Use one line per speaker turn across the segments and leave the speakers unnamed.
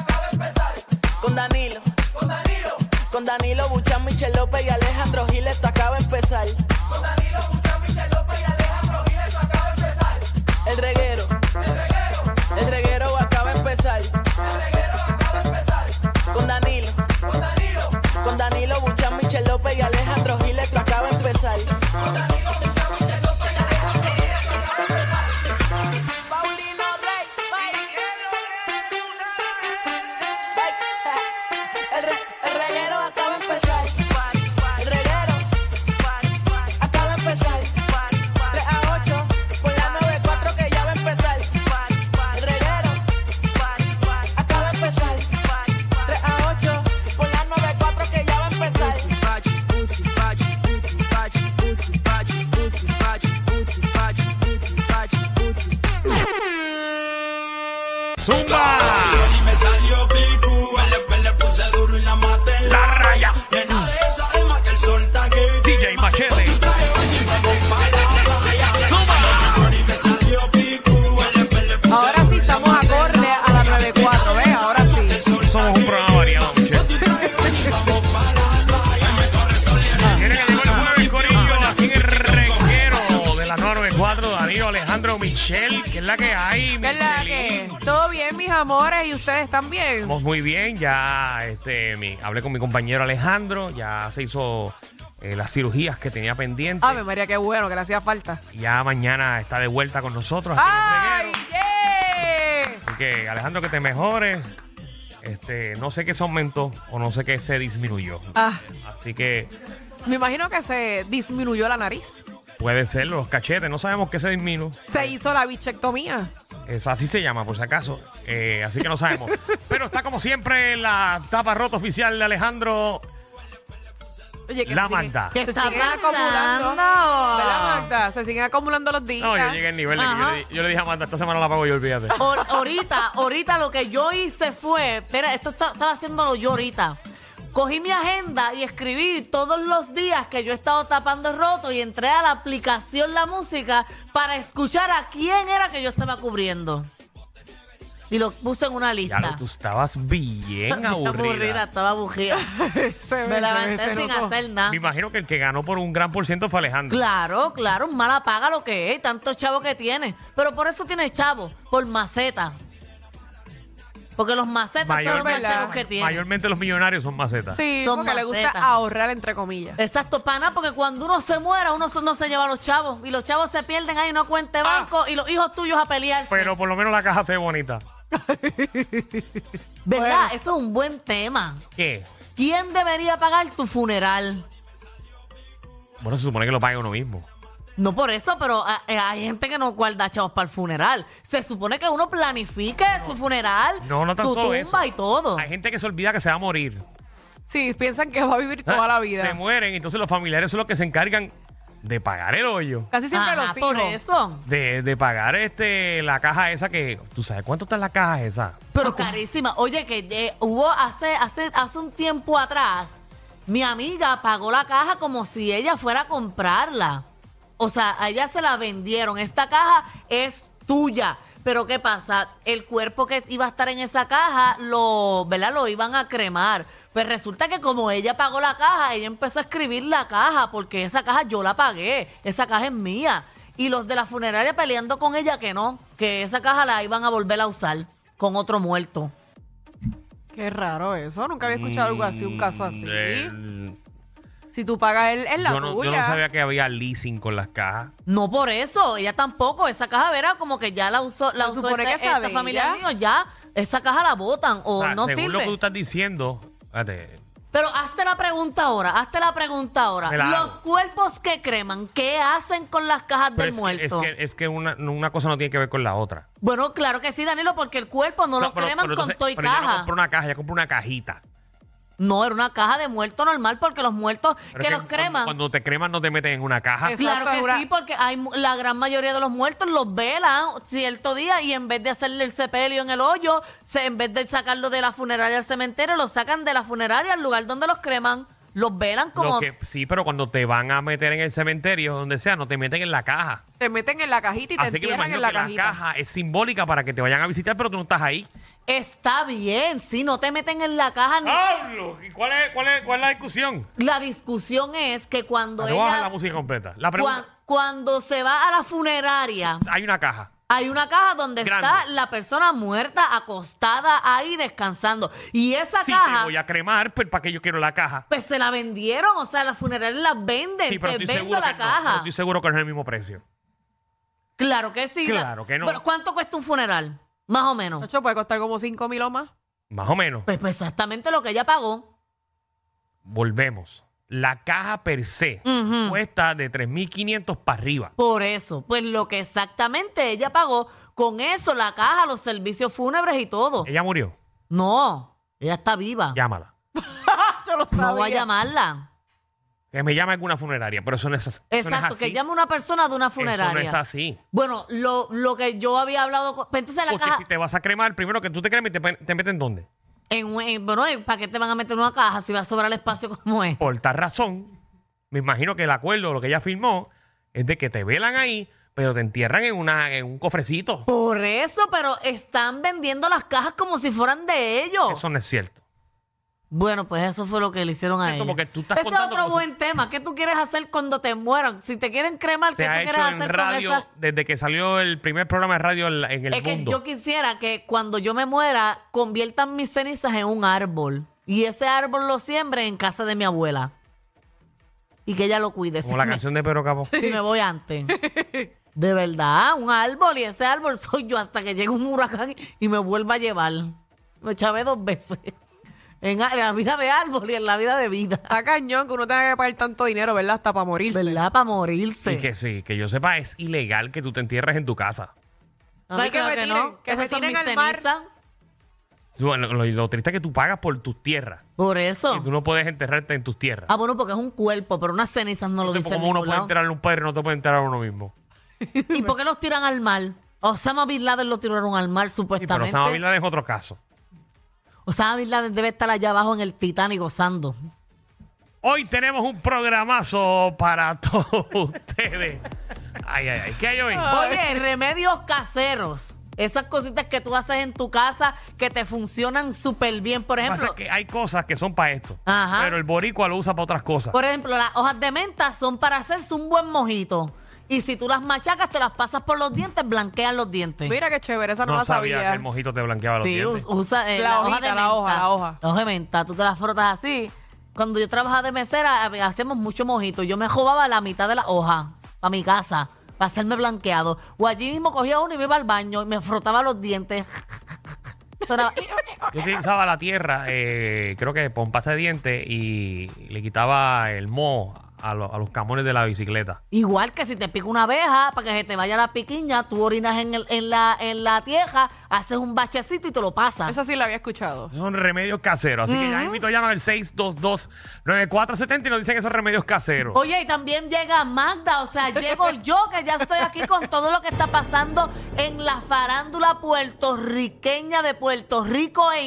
de empezar. Con Danilo. Con Danilo. Con Danilo Buchan, Michel López y Alejandro Gil, esto acaba de empezar. Con Danilo Buchan, Michel López y Alejandro Gil, esto acaba de empezar. El reguero. El reguero. El reguero acaba de empezar. El reguero acaba de empezar. Con Danilo. Con Danilo. Con Danilo Buchan, Michel López y Alejandro Gil, esto acaba de empezar. Con Danilo Buchan, Michel López y Alejandro Gil, esto acaba de empezar. Paulino Rey, El, re- el reguero acaba de empezar. El reguero acaba de empezar. 3 a 8 por la 94 que ya va a empezar. El reguero acaba de empezar. 3 a 8 por la 94 que ya va a empezar.
¡Zumba!
Y me salió picu, el después le puse duro y la maté en la raya. Llena de esa gema que el sol está gay.
DJ Machete.
Y me salió picu, el después le puse
Ahora sí estamos acorde a la 94, ¿ves? Ahora sí.
Somos un programa variado, Michelle. Viene que llegó el jueves, corillo, aquí en el reguero de la 994, Danilo Alejandro Michelle, que es la que hay,
¿Qué es la que?
Michelin?
Todo bien, mis amores, y ustedes también.
Estamos muy bien, ya este, mi- hablé con mi compañero Alejandro, ya se hizo eh, las cirugías que tenía pendiente.
Ave María, qué bueno, que le hacía falta.
Ya mañana está de vuelta con nosotros. aquí en el
¡Ay,
reguero.
yeah!
Así que, Alejandro, que te mejores. Este, no sé qué se aumentó o no sé qué se disminuyó.
Ah,
Así que
me imagino que se disminuyó la nariz.
puede ser los cachetes, no sabemos qué se disminuyó.
Se hizo la bichectomía.
Es- así se llama, por si acaso. Eh, así que no sabemos. Pero está como siempre la tapa rota oficial de Alejandro
Oye, que
La
se sigue-
Magda.
se
está
siguen
pasando?
acumulando. ¿Verdad, Magda? Se siguen acumulando los días.
No, yo llegué al nivel de que yo,
Ajá.
le, yo le dije a Amanda, esta semana la pago yo, olvídate.
Or- ahorita, ahorita lo que yo hice fue, espera, esto está- estaba haciéndolo yo ahorita. Cogí mi agenda y escribí todos los días que yo he estado tapando el roto y entré a la aplicación La Música para escuchar a quién era que yo estaba cubriendo. Y lo puse en una
Ya lo,
lista.
tú estabas bien
aburrida,
aburrida.
estaba aburrida.
Se ve,
Me
se
levanté
ve, se
sin
notó.
hacer nada.
Me imagino que el que ganó por un gran por ciento fue Alejandro.
Claro, claro, un mala paga lo que es, tanto chavo que tiene. Pero por eso tiene chavo, por maceta. Porque los macetas son los
Mayormente-
más
¿verdad?
chavos que tienen.
Mayormente los millonarios son macetas.
Sí,
Son
porque le gusta
macetas.
ahorrar, entre comillas.
Exacto, pana, porque cuando uno se muera, uno so- no se lleva a los chavos. Y los chavos se pierden ahí en una cuenta de banco y los hijos tuyos a pelearse.
Ah. Pero por lo menos la caja se ve bonita.
¿Verdad? Eso es un buen tema.
¿Qué?
¿Quién debería pagar tu funeral?
Bueno, se supone que lo paga uno mismo.
No por eso, pero ah, eh, hay gente que no guarda chavos para el funeral. Se supone que uno planifique su funeral,
No, no tan
su
solo
tumba
eso.
y todo.
Hay gente que se olvida que se va a morir.
Sí, piensan que va a vivir toda la
Se
vida.
mueren, entonces los familiares son los que se encargan de pagar el hoyo.
Casi siempre
Ajá,
los hijos.
por eso.
De, de pagar este la caja esa que. ¿Tú sabes cuánto está la caja esa?
Pero Ah, carísima. Oye, que eh, hubo hace, hace, hace un tiempo atrás, mi amiga pagó la caja como si ella fuera a comprarla. O sea, a ella se la vendieron. Esta caja es tuya. Pero ¿qué pasa? El cuerpo que iba a estar en esa caja, lo, ¿verdad? Lo iban a cremar. Pues resulta que como ella pagó la caja, ella empezó a escribir la caja, porque esa caja yo la pagué, esa caja es mía. Y los de la funeraria peleando con ella que no, que esa caja la iban a volver a usar con otro muerto.
Qué raro eso. Nunca había escuchado algo así, un caso así.
Eh,
Si tú pagas el, es la
yo, no, yo
tuya.
no sabía que había leasing con las cajas.
No por eso, ella tampoco. Esa caja verá como que ya la usó, la
Se
usó
supone
este-
que sabe
esta familia
ella.
mío, ya esa caja la botan o
O sea,
no
Ah, según
sirve.
lo que tú estás diciendo, espérate,
Pero hazte la pregunta ahora, hazte la pregunta ahora.
Me la hago.
Los cuerpos que creman, ¿qué hacen con las cajas
pero
del
es, que- es
muerto?
que, es que una, no- una cosa no tiene que ver con la otra.
Bueno, claro que sí, Danilo, porque el cuerpo no
O sea,
lo
pero-
creman
pero
con
entonces-
todo y
pero yo no
caja.
compré una caja, yo compré una cajita.
No, era una caja de muerto normal, porque los muertos
Pero
que
es
los creman.
Cuando, cuando te creman no te meten en una caja.
Es-
Claro
Exacto,
que
dura-
sí, porque hay mu- la gran mayoría de los muertos los velan cierto día y en vez de hacerle el sepelio en el hoyo, se, en vez de sacarlo de la funeraria al cementerio, lo sacan de la funeraria al lugar donde los creman, los velan
Lo
como...
que- sí, pero cuando te van a meter en el cementerio, donde sea, no te meten en la caja.
Te meten en la cajita y te
Así que me
entierran
imagino
en
que
la
la
cajita.
caja es simbólica para que te vayan a visitar, pero tú no estás ahí.
Está bien, sí, no te meten en la caja. ni-
Ah. ¡Pablo! ¿Y cuál es, cuál es, cuál es la discusión?
La discusión es que cuando
Ah, No
ella...
la música completa. La
cuan-
pregunta,
cuando se va a la funeraria...
hay una caja.
Hay una caja donde
Grande.
está la persona muerta acostada ahí descansando. Y esa
Si
caja...
te voy a cremar, pues ¿para qué yo quiero la caja?
Pues se la vendieron, o sea, las funerarias las venden.
Sí, pero
te
estoy
vendo
seguro,
la
que no, pero
caja.
estoy seguro que no es el mismo precio.
Claro que sí.
Claro que no.
Pero ¿cuánto cuesta un funeral? Más o menos.
Ocho, puede costar como 5 mil o más.
Más o menos.
Pues, pues, exactamente lo que ella pagó.
Volvemos. La caja per se
Ujú.
cuesta de 3.500 para arriba.
Por eso, pues lo que exactamente ella pagó, con eso, la caja, los servicios fúnebres y todo.
Ella murió.
No, ella está viva.
Llámala.
Yo lo sabía.
no va a llamarla.
Que me llame alguna funeraria, pero eso no es, as- eso no es así.
Exacto, que llame a una persona de una funeraria.
Eso no es así.
Bueno, lo, lo que yo había hablado con... pero Entonces la
Porque
caja...
si te vas a cremar, primero que tú te cremes, te, pe- te meten dónde.
En, un- en- bueno, ¿para qué te van a meter en una caja si va a sobrar el espacio como es?
Por tal razón, me imagino que el acuerdo, lo que ella firmó, es de que te velan ahí, pero te entierran en, una, en un cofrecito.
Por eso, pero están vendiendo las cajas como si fueran de ellos.
Eso no es cierto.
Bueno, pues eso fue lo que le hicieron a
Esto
ellos.
porque tú estás
Ese es
contando
otro
cosas-
buen tema. ¿Qué tú quieres hacer cuando te mueran? Si te quieren cremar,
Se
¿qué tú
ha
quieres
hecho en
hacer
radio
con esa?
desde que salió el primer programa de radio en, la- en el
es que
mundo.
yo quisiera que cuando yo me muera, conviertan mis cenizas en un árbol. Y ese árbol lo siembren en casa de mi abuela. Y que ella lo cuide.
Como la
Si me-
canción de Pedro Capó.
si me voy antes. De verdad, un árbol y ese árbol soy yo hasta que llegue un huracán y me vuelva a llevar. Me chavé dos veces. En a- en la vida de árbol y en la vida de vida.
Está cañón que uno tenga que pagar tanto dinero, ¿verdad? Hasta para morirse.
¿Verdad? Para morirse.
Y que sí, que yo sepa, es ilegal que tú te entierres en tu casa.
A mí
Ay,
que
claro
me
que
tiren,
no.
que me
Esas son
tiren
mis
al mar.
cenizas.
Bueno, lo, lo triste es que tú pagas por tus tierras.
Por
Y
eso.
tú no puedes enterrarte en tus tierras.
Ah, bueno, porque es un cuerpo, pero unas cenizas no lo
Entonces,
dicen.
como uno Este puede enterar a un padre, no te puede enterar a uno mismo.
¿Y por qué los tiran al mar? Osama Bin Laden lo tiraron al mar,
Sí, pero
supuestamente.
Osama Bin Laden es otro caso.
Osama Bin Laden debe estar allá abajo en el Titanic gozando.
Hoy tenemos un programazo para todos ustedes. Ay, ay, ay. ¿Qué hay hoy?
Oye, remedios caseros. Esas cositas que tú haces en tu casa que te funcionan súper bien. Por
Lo que pasa
ejemplo,
es que hay cosas que son para esto.
Ajá.
Pero el boricua lo usa para otras cosas.
por ejemplo, las hojas de menta son para hacerse un buen mojito. Y si tú las machacas, te las pasas por los dientes, blanquean los dientes.
Mira qué chévere, esa no, la sabía.
que el mojito te blanqueaba los
sí,
dientes.
us- usa eh,
La
la, hoja
hojita,
de menta.
la hoja, la hoja.
La hoja de menta, tú te la frotas así. Cuando yo trabajaba de mesera, hab- hacíamos mucho mojito. Yo me jobaba la mitad de la hoja para mi casa, para hacerme blanqueado. O allí mismo cogía uno y me iba al baño y me frotaba los dientes. Sonaba-
Yo utilizaba la tierra, eh, creo que con pasta de dientes y le quitaba el moho a, lo- a los camones de la bicicleta.
Igual que si te pica una abeja, para que se te vaya la piquiña, tú orinas en, el- en la, en la tierra, haces un bachecito y te lo pasas.
Esa sí la había escuchado.
Esos son remedios caseros. Así que ya invito, llaman al 622-9470 y nos dicen esos remedios caseros.
Oye, y también llega Magda, o sea, llego yo que ya estoy aquí con todo lo que está pasando en la farándula puertorriqueña de Puerto Rico e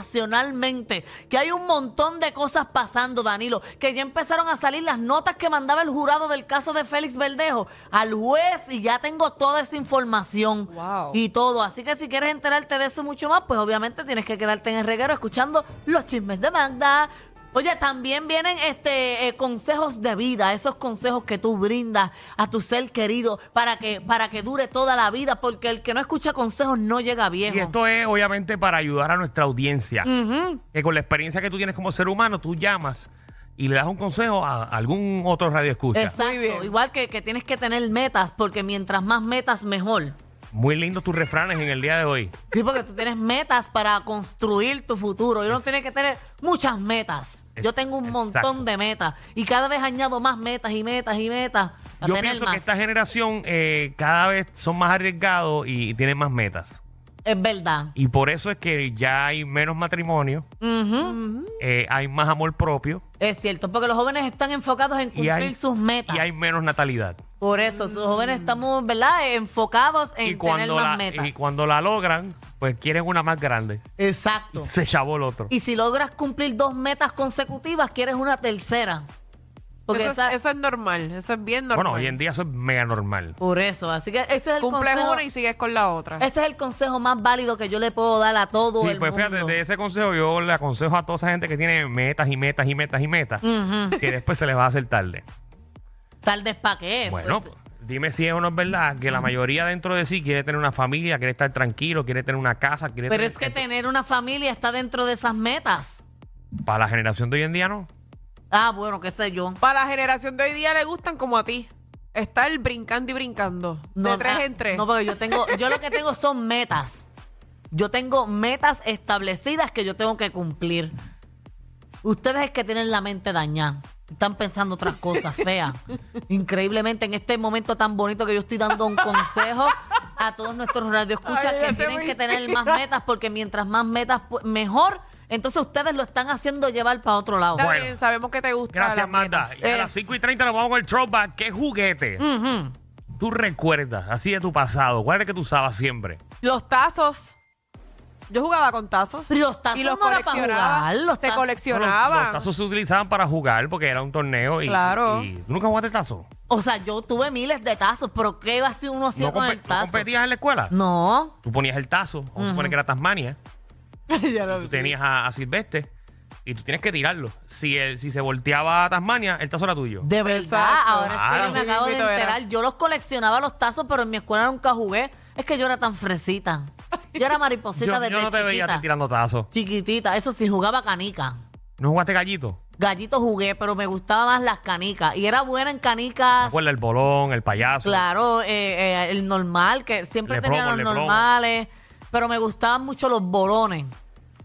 internacionalmente. Que hay un montón de cosas pasando, Danilo, que ya empezaron a salir las notas que mandaba el jurado del caso de Félix Verdejo al juez y ya tengo toda esa información
Wow.
y todo. Así que si quieres enterarte de eso y mucho más, pues obviamente tienes que quedarte en el reguero escuchando los chismes de Magda. Oye, también vienen este eh, consejos de vida, esos consejos que tú brindas a tu ser querido para que para que dure toda la vida, porque el que no escucha consejos no llega viejo. Mm.
Y esto es obviamente para ayudar a nuestra audiencia.
Ujú.
Que con la experiencia que tú tienes como ser humano, tú llamas y le das un consejo a algún otro radio escucha.
Muy bien.
Exacto, igual que, que tienes que tener metas, porque mientras más metas, mejor.
Muy lindo tus refranes en el día de hoy.
Sí, porque tú tienes metas para construir tu futuro. Y uno tiene que tener muchas metas. Yo
Es-
tengo un
exacto.
montón de metas. Y cada vez añado más metas y metas y metas. A
Yo
tener
pienso
más.
que esta generación eh, cada vez son más arriesgados y tienen más metas.
Es verdad.
Y por eso es que ya hay menos matrimonio,
Ujú.
Mm.
eh, hay más amor propio
Es cierto, porque los jóvenes están enfocados en
y
cumplir
hay,
sus metas.
y hay menos natalidad.
Por eso, sus jóvenes estamos, ¿verdad? Eh, Enfocados
Y
en tener
cuando,
más
la,
metas.
y cuando la logran, pues quieren una más grande.
Exacto.
Se chavó el otro.
Y si logras cumplir dos metas consecutivas, quieres una tercera. Porque
Eso,
esa-
es, eso es normal, eso es bien normal.
Bueno, hoy en día eso es mega normal.
por eso, así que ese es el
Cumples
consejo.
una y sigues con la otra.
Ese es el consejo más válido que yo le puedo dar a todo
Sí,
el
pues
mundo.
fíjate, de ese consejo yo le aconsejo a toda esa gente que tiene metas y metas y metas y metas,
Ujú.
que después se les va a hacer tarde.
Tal despa que es,
Bueno,
pues.
dime si es o no es verdad que la mayoría dentro de sí quiere tener una familia, quiere estar tranquilo, quiere tener una casa, quiere
pero
tener-
es que tener una familia está dentro de esas metas.
Para la generación de hoy en día no.
Ah, bueno, qué sé yo.
Para la generación de hoy día le gustan como a ti. Está el brincando y brincando. de tres
ah,
en tres.
No, porque yo tengo, yo lo que tengo son metas. Yo tengo metas establecidas que yo tengo que cumplir. Ustedes es que tienen la mente dañada. Están pensando otras cosas feas. Increíblemente, en este momento tan bonito que yo estoy dando un consejo a todos nuestros radioescuchas
Ay,
que
ya se
tienen
me
que tener
inspira.
más metas, porque mientras más metas, pu- mejor. Entonces ustedes lo están haciendo llevar para otro lado.
Está
bueno.
bien, sabemos que te gusta.
Gracias,
las
Marta.
metas.
Y a las
Es-
5 y 30 nos vamos con el throwback. ¿Qué juguete
Ujú.
tú recuerdas así de tu pasado? ¿Cuál era el que tú usabas siempre?
Los tazos. Yo jugaba con tazos.
Pero los tazos
y los
no era para
coleccionaba.
jugar, los
se
tazos-
coleccionaban.
Los tazos se utilizaban para jugar porque era un torneo y,
Claro.
y- ¿tú nunca jugaste tazo?
O sea, yo tuve miles de tazos, pero ¿qué va a hacer uno haciendo
¿No,
con
compe-
el
no
tazo?
competías en la escuela?
No.
Tú ponías el tazo, vamos a suponer que era Tasmania,
Ya lo
tú
sé.
tenías a, a Silvestre y tú tienes que tirarlo. Si, el, si se volteaba a Tasmania, el tazo era tuyo.
De verdad,
Exacto.
ahora es que
Claro.
yo me acabo de
Así mismito era.
enterar. Yo los coleccionaba los tazos, pero en mi escuela nunca jugué. Es que yo era tan fresita. Yo era mariposita
yo,
desde
yo no te veía a ti
chiquita.
tirando tazo.
Chiquitita, eso sí, jugaba canica.
¿No jugaste gallito?
Gallito jugué, pero me gustaban más las canicas. Y era buena en
¿Te
canicas.
acuerdas el bolón, el payaso?
Claro, eh, eh, el normal, que siempre
Le
tenía
promo,
los
le promo.
normales. Pero me gustaban mucho los bolones.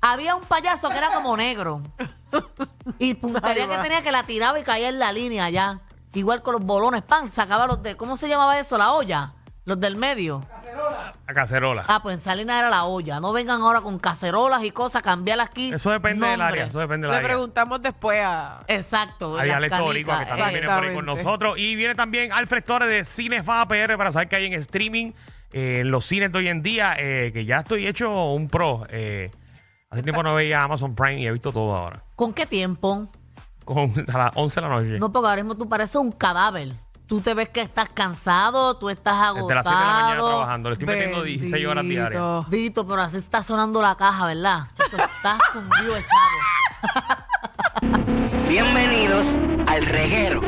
Había un payaso que era como negro. Y puntería
Ahí
que
va.
tenía que la tiraba y caía en la línea ya. Igual con los bolones, pan, sacaba los de. ¿Cómo se llamaba eso? La olla. Los del medio.
La cacerola.
Ah, pues en Salinas era la olla. No vengan ahora con cacerolas y cosas, cambiarlas aquí.
Eso depende del
Nombre.
área, eso depende del
Le
área.
preguntamos después a.
Exacto.
Hay
las
Alex Boricua que
canicas,
también
eh.
viene por ahí con
Exactamente.
nosotros. Y viene también Alfred Torres de Cinefa PR para saber qué hay en streaming, eh, en los cines de hoy en día, eh, que ya estoy hecho un pro. eh. hace tiempo no veía Amazon Prime y he visto todo ahora.
¿Con qué tiempo?
Con, a las 11 de la noche.
No, porque ahora mismo tú pareces un cadáver. Tú te ves que estás cansado, tú estás agotado.
Desde las 7 de la mañana trabajando. Le estoy metiendo 16 horas
Bendito.
diarias.
Dito, pero así está sonando la caja, ¿verdad? Chacho, estás con Dios echado.
Bienvenidos al reguero.